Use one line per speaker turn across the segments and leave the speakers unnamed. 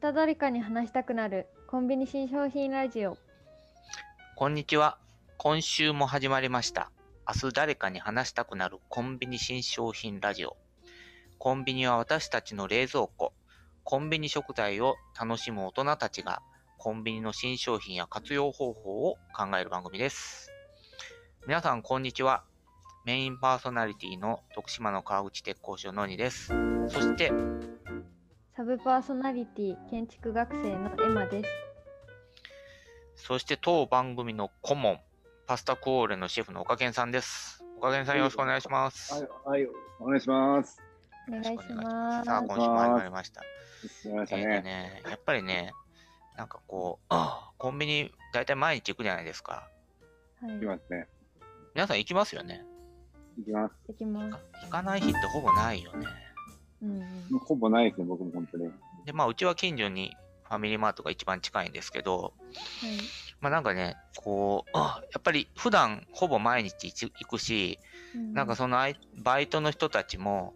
と誰かに話したくなるコンビニ新商品ラジオ
こんにちは。今週も始まりました。明日誰かに話したくなるコンビニ新商品ラジオ。コンビニは私たちの冷蔵庫。コンビニ食材を楽しむ大人たちが、コンビニの新商品や活用方法を考える番組です。皆さん、こんにちは。メインパーソナリティの徳島の川口鉄工所のにです。そして、
サブパーソナリティ建築学生のエマです
そして当番組の顧問、パスタクオーレのシェフのおかげんさんです。おかげんさんよろしくお願いします。
はい、はい、お願いします。
お願いし
さあ、
ます
今週も始まりました。
すみませ
え
ん
っ、と
ね。
ね、やっぱりね、なんかこう、コンビニ大体毎日行くじゃないですか。
はい
行きますね。
皆さん行きますよね。
行きます。
行きます
行かない日ってほぼないよね。
うんうん
もうほぼないですね、僕も本当に。
で、まあ、うちは近所にファミリーマートが一番近いんですけど、まあなんかね、こう、やっぱり普段ほぼ毎日行くし、
はい
なんかそのあいバイトの人たちも、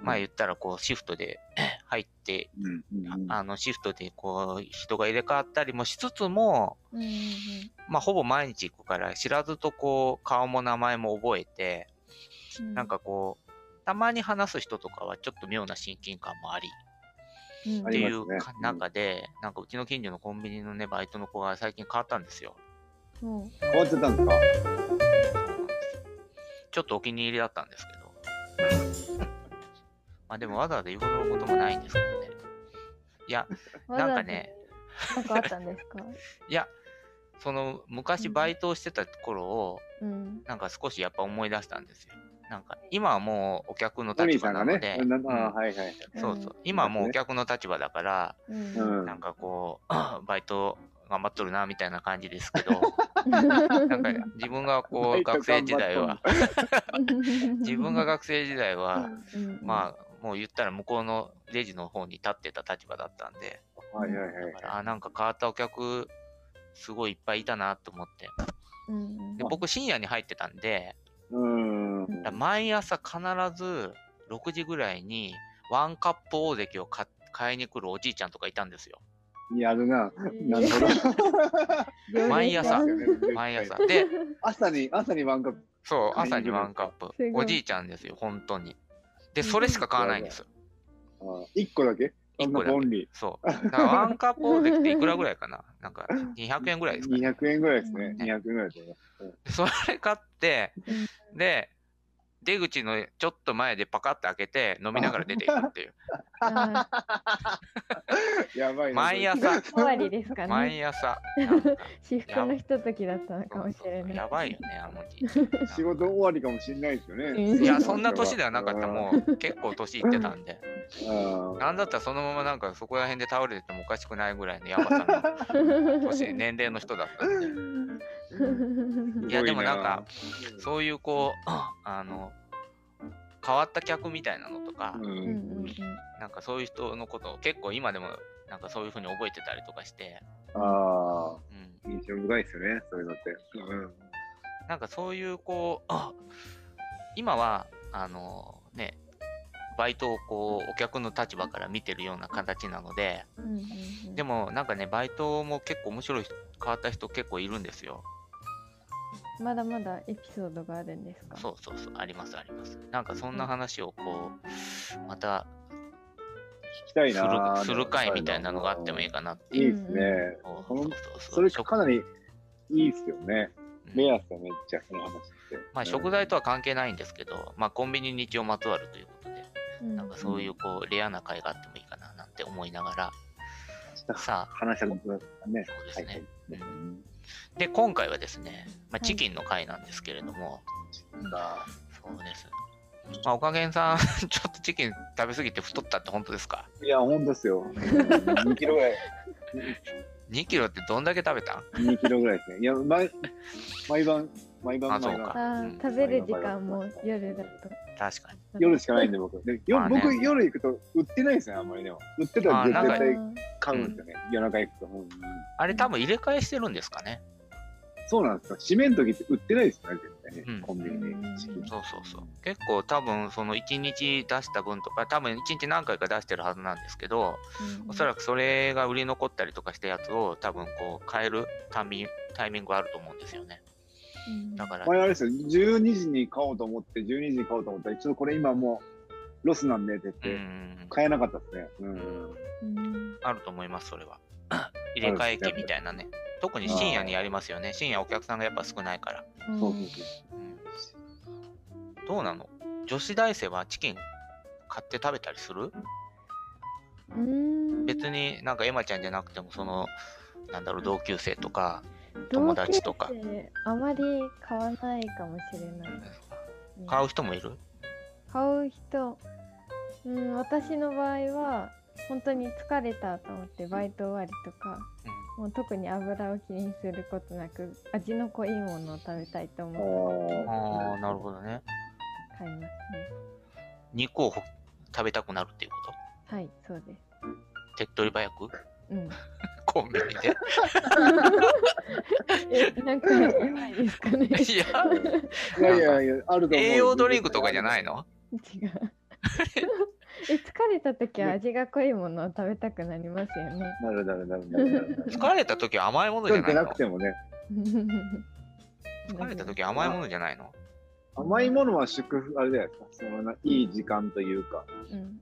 まあ言
う
ったらこうシフトで入って、
ん、うん、
あのシフトでこう人が入れ替わったりもしつつも、
うんうん
まあほぼ毎日行くから知らずとこう顔も名前も覚えて、
うん
なんかこう、たまに話す人とかはちょっと妙な親近感もあり
うん
あ
って
り
い
ますね
うか
うん
中で、なんかうちの近所のコンビニのね、バイトの子が最近変わったんですよ。
も
変わっちゃったんですか。
ちょっとお気に入りだったんですけど。 まあでもわざわざ言うほどのこともないんですけどね。いや、
うわざわざ
なんかね
なんかあったんですか
いや、その昔バイトをしてた頃を、
うん
なんか少しやっぱ思い出したんですよ。なんか今はもうお客の
トミ
立
ーさ
場
ん
なの
がね
で、、
な
うん
あはいはい。
そうそう。今はもうお客の立場だから、
うん
うん、
なんかこう、 バイト頑張っとるな、みたいな感じですけ ど、なんか自分がこう、
バイ
学
ト頑張
生
っとん
時代は、自分が学生時代は、
あ
まあ、もう言ったら向こうのレジの方に立ってた立場だったんで、
はいはいは
だ
い
から、あ、なんか変わったお客、すごいいっぱいいたなと思って。で、僕深夜に入ってたんで、
うん、
うん
だから毎朝必ず6時ぐらいにワンカップ大関を買買いに来るおじいちゃんとかいたんですよ。
やるな。なる
毎朝
ほ
う
ど
ん。
毎朝。で、
朝に、朝にワンカップ。
そう、朝にワンカップ
す。ごい
おじいちゃんですよ、本当に。で、それしか買わないんですよ。
あ一個だけ。そ
1
ん
個
な
だ
ボ
け。
ンリ
そう。だからワンカップ大関っていくらぐらいかななんか200円ぐらいですか
二
ね。
百円ぐらいですね。
うん
二百円ぐらいですね。
でそれ買って、で、出口のちょっと前でパカッと開けて飲みながら出ていくっていう。
あ
やばいな。
毎
ー
朝、
終わりですかね。
毎朝。なんか
私服のひとときだったのかもしれない。
やばいよね、あのおじいちゃん
仕事終わりかもしれないですよ
うん
い
ね。
や、そんな年ではなかった。もう結構年いってたんで。
うん。
なんだったらそのままなんかそこら辺で倒れててもおかしくないぐらいのやばさの年、年齢の人だったんで。いや、でもなんか、そういうこう、あの、変わった客みたいなのとか、
うん
う
んうん
なんかそういう人のことを結構今でもなんかそういうふうに覚えてたりとかして、
ああ、
うん、
印象深いですよね、そういうのって。うん。
なんかそういうこう、あ今は、あのね、バイトをこう、お客の立場から見てるような形なので、
うんうん。
でもなんかね、バイトも結構面白い人、変わった人結構いるんですよ。
まだまだエピソードがあるんですか。
そうそうそう、ありますあります。なんかそんな話をこう、また
聞きた
す
い
る
な。
する会みたいなのがあってもいい
い。
かなって
い
いう。
いですね。
そ
こ
う
の
そうそう
それかなりいいですよね。
うん
レアですよね、じゃあ、その話って。
まあ、食材とは関係ないんですけど、まあ、コンビニに一応まつわるということで、
うん。
なんかそういうこうレアな会があってもいいかななんて思いながら、さ
話したことだったね。
そうですね
はいうん
あ、で、今回はですね、ま
は
あ、
い
チキンの会なんですけれども、
あ
そうです。まあ、おかげんさん、ちょっとチキン食べ過ぎて太ったって本当ですか
いや、本当ですよ。2キロぐらい、
?2 キロってどんだけ食べたん
2キロぐらいですね。いや、毎毎晩、毎
あ
晩、
そう
毎
か
晩。
ああ食べる時間も夜だと。
確かに。
夜しかないんで、僕。でよ
まあね
僕、夜行くと売ってないですね、あんまりでも。売ってた
あ
ら
ー
絶
なんか
対買うんですよね。夜中行くと。うん
あれ多分入れ替えしてるんですかね
そうなんですか。締めの時って売ってないですよね、絶対
うん
ね。コンビニでチキン。
そうそうそう。結構多分その1日出した分とか、多分1日何回か出してるはずなんですけど、おそら
く
くそれが売り残ったりとかしたやつを多分こう買えるタイミングタイミングがあると思うんですよね。だから、
前あれですよ、12時に買おうと思って、12時に買おうと思ったら、ちょっとこれ今もうロスなんでって
う
言って、
ん、
買えなかったですね。うん。
あると思います、それは。入れ替え機みたいなね。特に深夜にやりますよね。深夜お客さんがやっぱ少ないから。
そうそうそう。
うんどうなの女子大生はチキン買って食べたりする別になんかエマちゃんじゃなくてもそのなんだろう同級生とか友達とか
あまり買わないかもしれない、うん
買う人もいる
買う人うん私の場合は本当に疲れたと思ってバイト終わりとかもう特に油を気にすることなく味の濃いものを食べたいと
あ
思って
ー
ああなるほどね
買いますね
肉をほ食べたくなるっていうこ
はいそうです
と手っ取り早く
うん
コンビニで
えなんかやばいですかね
いや
いやいやいや、あると思う。
栄養ドリンクとかじゃないの
違う え疲れた時は味が濃いものを食べたくなりますよ ね
なるなるなるなるなるなる。
疲れた時は甘いものじゃ
食べ
ない
てな
の
くてもね、
疲れた時は甘いものじゃないの
甘いものは祝福、あれじゃないですか。そのないい時間というか、
うん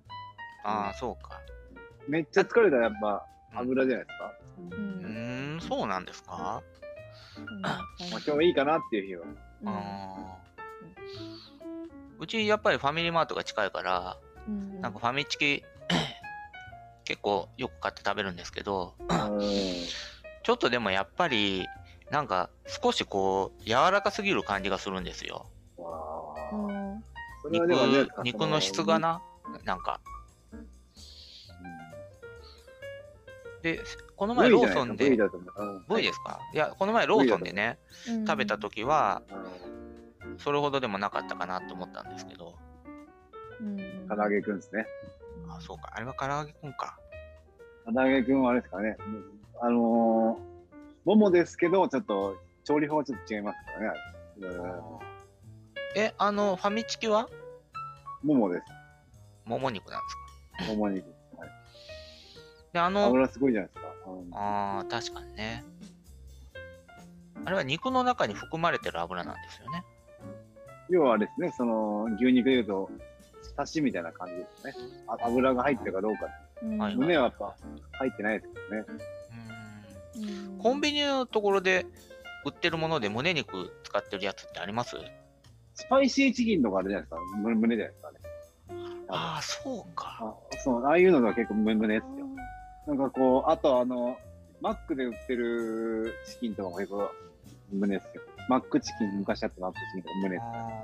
ああそうか
めっちゃ疲れたらやっぱ油じゃないですか。
う
うんーんそうなんですか
うん
まあ、今日いいかなっていう日は。
あーうちやっぱりファミリーマートが近いから
うん
なんかファミチキ 結構よく買って食べるんですけど
う
ちょっとでもやっぱりなんか少しこう柔らかすぎる感じがするんですよ
ん。わ
う
あ。
ん
それ
肉
はでもあれじゃないですか
肉の質が。ななんかでこの
その
前
部
ロ
位じ
ー
ゃな
ソ
い
ン
ですか部
で
位だと思う。。
部位ですすかいやこの前ローソンでね
うん
食べた時は
うん
それほどでもなかったかなと思ったんですけど
うん
唐揚げくんですね。
あそうかあれは唐揚げくんか
唐揚げくんはあれですかね。あのー、ももですけど、ちょっと調理法はちょっと違いますからね。うん
えあのファミチキは
ももで
もも肉なんですか
す。もも肉。
であの
油すごいじゃないですか。うん
ああ、確かにね。あれは肉の中に含まれてる油なんですよね。
要はあれですね、その牛肉でいうと、刺しみたいな感じですね。あ油が入ってるかどうか。
うん
はい
胸はやっぱ入ってないですけどね。
う
うん
んコンビニのところで売ってるもので胸肉使ってるやつってあります
スパイシーチキンとかあれじゃないですか。む胸じゃないですかね。
ああ、そうか。
あそう、ああいうのが結構ム胸ですよ。なんかこう、あとあの、マックで売ってるチキンとかも結構胸ですよ。マックチキン、昔あったマックチキンとか胸ですよ
あ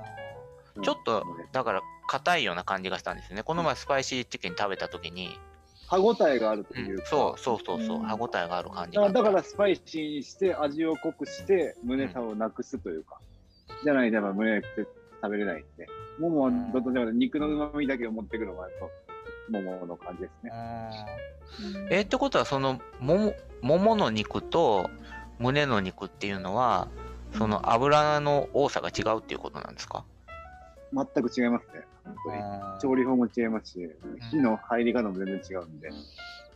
う
ー
ん。
ちょっと
胸、
だから、硬いような感じがしたんですね。この前、スパイシーチキン食べた時に、
歯応えがあると
うん
いうか。
そうそうそうそうう、
ん
歯応えがある感じ
だ
があ
から
った。
だからスパイシーにして味を濃くして胸さをなくすというか、じゃないとやっぱ胸って食べれないんでももはどっちも肉の旨味だけを持ってくるのがやっぱももの感じですね
うん
うん
えーってことは、その、もも、ももの肉と胸の肉っていうのは、その油の多さが違うっていうことなんですか
全く違いますね本当に調理法も違いますし火の入り方も全然違うんで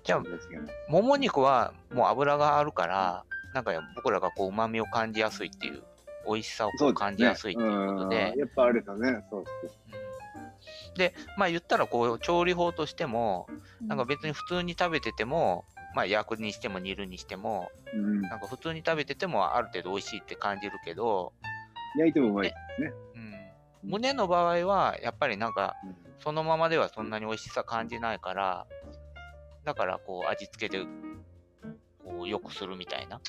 じゃあ
全、然違います
もも肉はもう油があるから、なんか僕らがこう、旨味を感じやすいっていう、美味しさをこ
そう
う
ですね
感じやすいっていうことで、
うんやっぱあれだねそうです
うんで、まあ言ったらこう、調理法としても、なんか別に普通に食べてても、まあ焼くにしても煮るにしても、
うん
なんか普通に食べててもある程度美味しいって感じるけど、
焼いてもうまいですね
うん、胸の場合はやっぱりなんか
うん
そのままではそんなに美味しさ感じないから、だからこう味付けでこう良くするみたいな、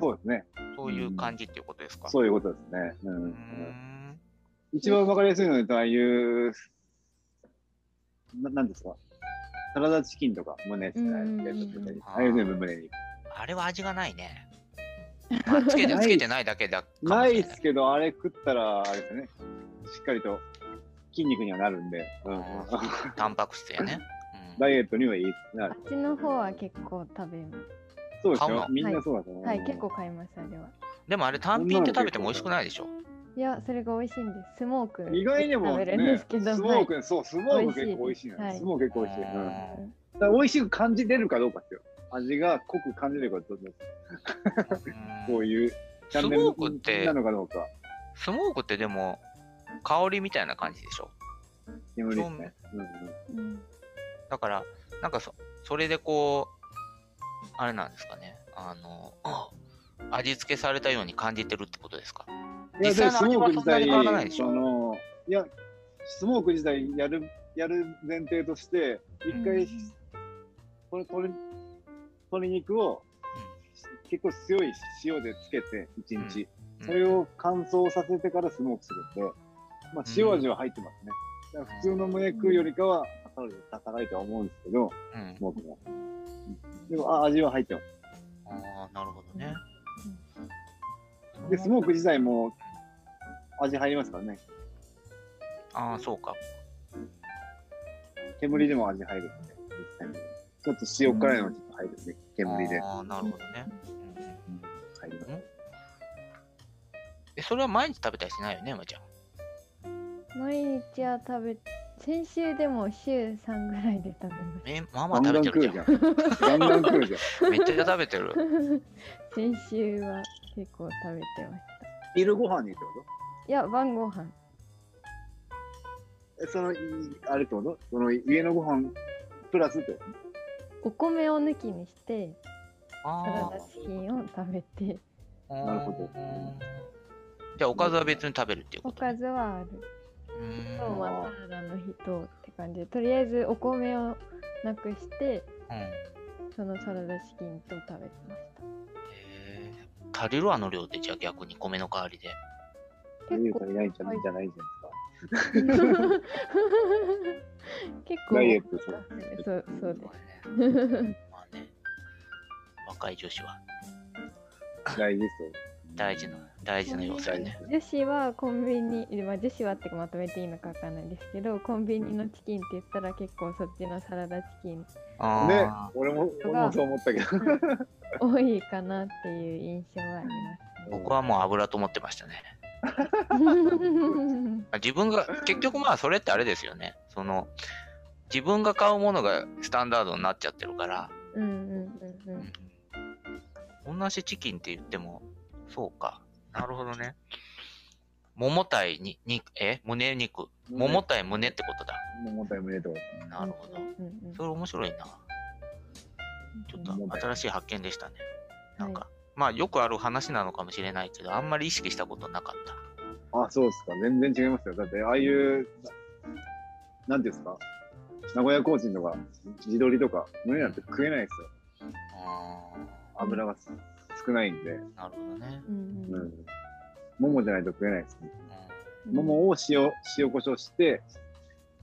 そうですね
そういう感じっていうことですか。
そういうことですねう
うー
ん
ん
一番わかりやすいので言うと、ああいう、ななんですか、サラダチキンとか、胸使え
うん
やつとかああいう全部胸に。
あれは味がない ね。まあつけてつけてないだけだかも
な
し
い
れ
っ
ない
す。けど、あれ食ったら、あれですね、しっかりと筋肉にはなるんで、うん
タンパク質やね。うん
ダイエットにはいいですね。あれ
あっちの方は結構食べます
そうです
買うの
よ。みんなそうだと思う。
はい、結構買いましたあれは
でもあれ単品で食べても美味しくないでしょ
いやそれが美味しいんですスモーク
意外にも
食べ
ね
るんですけど、
ス
は
モー
い
ク、そう、スモーク結構美味しい
美味しい
のよ
ですはい
スモーク結構美味しい。うん
う
だから美味しく感じれるかどうかってよ。味が濃く感じれるかどうか、こういう、チャンネ
スモークって
ルなのかどうか。
スモークってでも香りみたいな感じでしょ
煙ですね。うんうん
うん
だからなんかそそれでこうあれなんですかねあの味付けされたように感じてるってことですか
いや、で
実
も
際
ス
の
モ
味は
ーク
そんなに変わらないで
自体、
しょ
その、いや、スモーク自体やる、やる前提として、一回、これ、鶏、鶏肉を、結構強い塩でつけて、一日、
うん
それを乾燥させてからスモークするんで、まあ、塩味は入ってますね。だから普通の胸肉よりかは、カロリー高いとは思うんですけど、
うん
スモークも。でも、あ、味は入ってます。
ああなるほどね
で、スモーク自体も、味入りますからね。
ああそうか
煙でも味入るんで、実際にちょっと塩辛いのがちょっと入るんで、煙で。
ああなるほどね、うん
うん入ります
えそれは毎日食べたりしないよね山ちゃん
毎日は食べ先週でも週3ぐらいで食べまし
えまあま
ガ
あ
ン
食
ガ
べ
ン
てる
食う
じ
じ
ゃ
ゃん。ガンガン食うじゃん。
んめっちゃ食べて る
た 先週は結構食べてまし
昼ご飯にってこ
たいや晩ご飯
とえ、その、いあれってことその家のご飯プラスってこと
お米を抜きにしてサラ
あ
ダチキンを食べて
あ
なるほど
うんじゃあおかずは別に食べるっていう
お
こと
かずはある
うん
今日はサラダの日とって感じでとりあえずお米をなくして
うんへ
そのサラダチキンと食べてました
え足りるあの量でじゃあ逆に米の代わりで
言
結
う
構
たらないじゃない
はい
じゃないじ
結構
ダイエットそ
そうそう
ま
で
あね
す
まあね若い女子は
ゃないですか。大事そ
大事
う。
な大事な要素よね
女子はコンビニ、まあ、女子はってかまとめていいのかわかんないですけどコンビニのチキンって言ったら結構そっちのサラダチキン
あ
ね
あ、
俺も、俺もそう思ったけど。
多いかなっていう印象はあり
僕はもう油と思ってましたね
ます。
まあ自分が結局まあそれってあれですよねその自分が買うものがスタンダードになっちゃってるから、
うんうんうんうん
うん、同じチキンって言ってもそうかなるほどね桃対に肉え胸肉桃対胸ってことだ、
桃対胸ってこ
なるほど
うんうん
それ面白いなちょっ
桃
と
対
新しい発見でしたね
は
ないんか、まあよくある話なのかもしれないけどあんまり意識したことなかった
と。あ、そうですか。全然違いますよ。だって、ああいう、なんていうんですか。名古屋コーチンとか、地鶏とか、胸なんて食えないですよ。
あ
油が少ないんで。
ーなるほどね、
うんうん
うん。桃じゃないと食えないですね。
う
う
ん
ん
桃を塩、塩コショウして、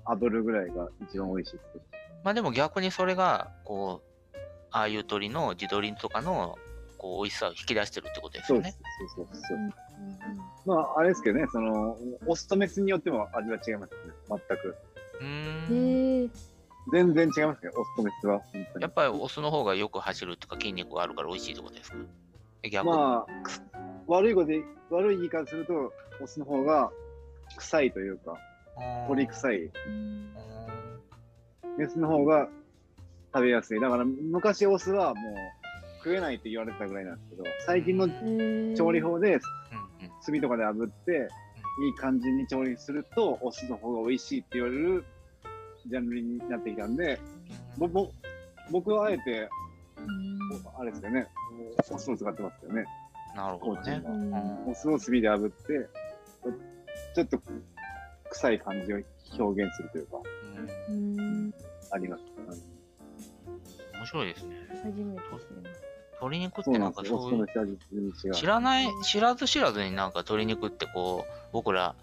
炙るぐらいが一番美味しいです。
まあでも逆にそれが、こう、ああいう鳥の自撮りとかの、こう、美味しさを引き出してるってことです
そう
よ
で
ね。
す。そうそうそううんまあ、あれですけどね、その、オスとメスによっても味は違いますね。全く。
うー
うんへ
ん。
え
全然違いますね、オスとメスは。本当に
やっぱりオスの方がよく走るとか筋肉があるから美味しいってことですかえ逆に。
まあ、く悪いことで、悪い言い方すると、オスの方が臭いというか、鳥臭い。
うん
メスの方が食べやすい。だから、昔オスはもう食えないって言われてたぐらいなんですけど、最近の
へえ
調理法で
うんうん
炭とかで炙っていい感じに調理するとお酢の方が美味しいって言われるジャンルになってきたんでぼぼ僕はあえて
うん
おあれですよねお酢を使ってますよね
なるほどね。
うん
お酢を炭で炙ってちょっと臭い感じを表現するというか
うん
うん
あります、
面白いですね。
初めて知りまし
鶏肉っ
そう
て
な
なん
ん
か
ですよお
そうい
酢の
う、
下味全然違
知
う
らない、知らず知らずになんか鶏肉ってこう、僕ら、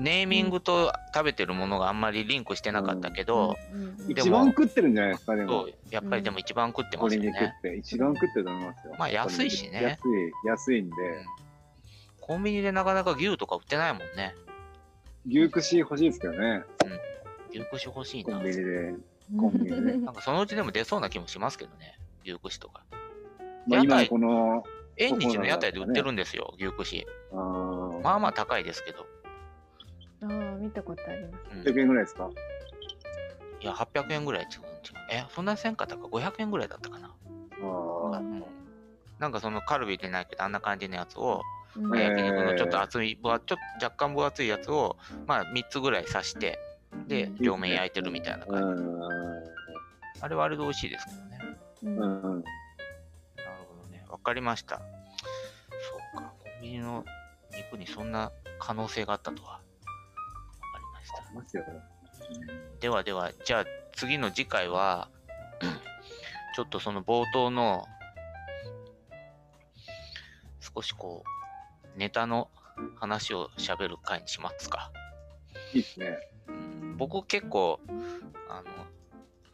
ネーミングと食べてるものがあんまりリンクしてなかったけ
た
ど、
うんうん
でも
一番食ってるんじゃないですかで
そ
も
う、やっぱりでも一番食ってます
鶏
よ
肉っ
ね。
て一番食ってると思いますよ
まあ安いしね
安い安いんで
うんコンビニでなかなか牛とか売ってないもんね。
牛串欲しいですけどね
牛串欲しい
コ
な
ン。ビニでコンビニで
なんかそのうちでも出そうな気もしますけどね。牛串とか。
まあ、今のこの、
縁日の屋台で売ってるんですよ、牛串。
あー
まあまあ高いですけど。
ああ、見たことあります。
うん、い
100円ぐらいですか
や、800円ぐらい違う。違うえ、そんなせんかったか ?500 円ぐらいだったかな。
ああ。
うんなんかそのカルビじゃないけど、あんな感じのやつを、
うん
まあ
えー
焼肉のちょっと厚い、ぶわちょっと若干分厚いやつを、まあ3つぐらい刺して、で
うん、
両面焼いてるみたいな
う
感じ。
ん。
あれはあれで美味しいですけどね。
うん
うん。
なるほどね。わかりました。そうか。コンビニの肉にそんな可能性があったとは。わかりました。
ますよね。
ではでは、じゃあ次の次回は、 ちょっとその冒頭の、少しこう、ネタの話をしゃべる回にしますか。
いいですね。
うん僕結構、あの、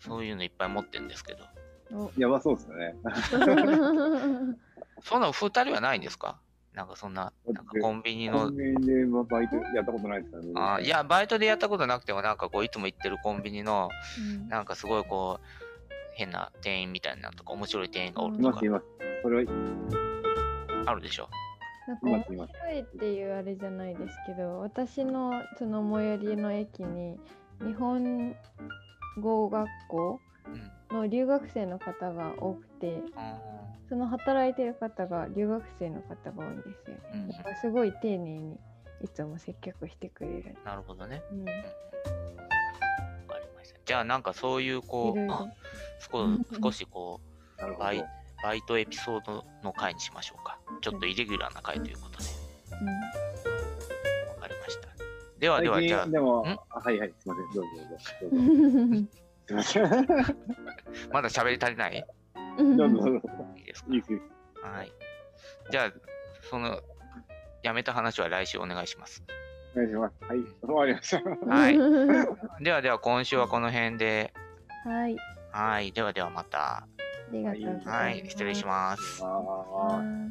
そういうのいっぱい持ってるんですけど、
お
やばそうですよね。
そんなの2人はないんですかなんかそんな、なんかコンビニ
コ
の
ンビニでバイトやったことないですからね。
あーいや、バイトでやったことなくても、なんかこう、いつも行ってるコンビニの、
うん
なんかすごいこう、変な店員みたいなとか、面白い店員がおる
い
と
ます、
か
い、ます。それは、
あるでしょ。
なんか面白いっていうあれじゃないですけど私のその最寄りの駅に日本語学校
うん。
の留学生の方が多くて
あ
その働いてる方が留学生の方が多いんですよ、
ーうん
だからすごい丁寧にいつも接客してくれる、
なるほどね。
うん、
うんわかりました。じゃあ、なんかそういう、こ、
いろいうろ
あ少少しこ
なる
う、
ほ
バイ
ど。、
バイトエピソードの回にしましょうか。ちょっとイレギュラーな回ということで、わかりました。ではでは、
最
じゃあ
近、、でも、
ん
はいはい、すみません、どうぞどうぞ。
う
どうぞ
ん
すいません。ど
まだ喋り足りないう
うぞ
ん
どうぞ。
いいですか
いいですいいです
はい。じゃあ、その、やめた話は来週お願いします。
お願いします。はい、終わりました。
はい
は
ではでは、今週はこの辺で。
い
はい。ではでは、また。
ありがとうございます、
はい。失礼します。
ああ。
はい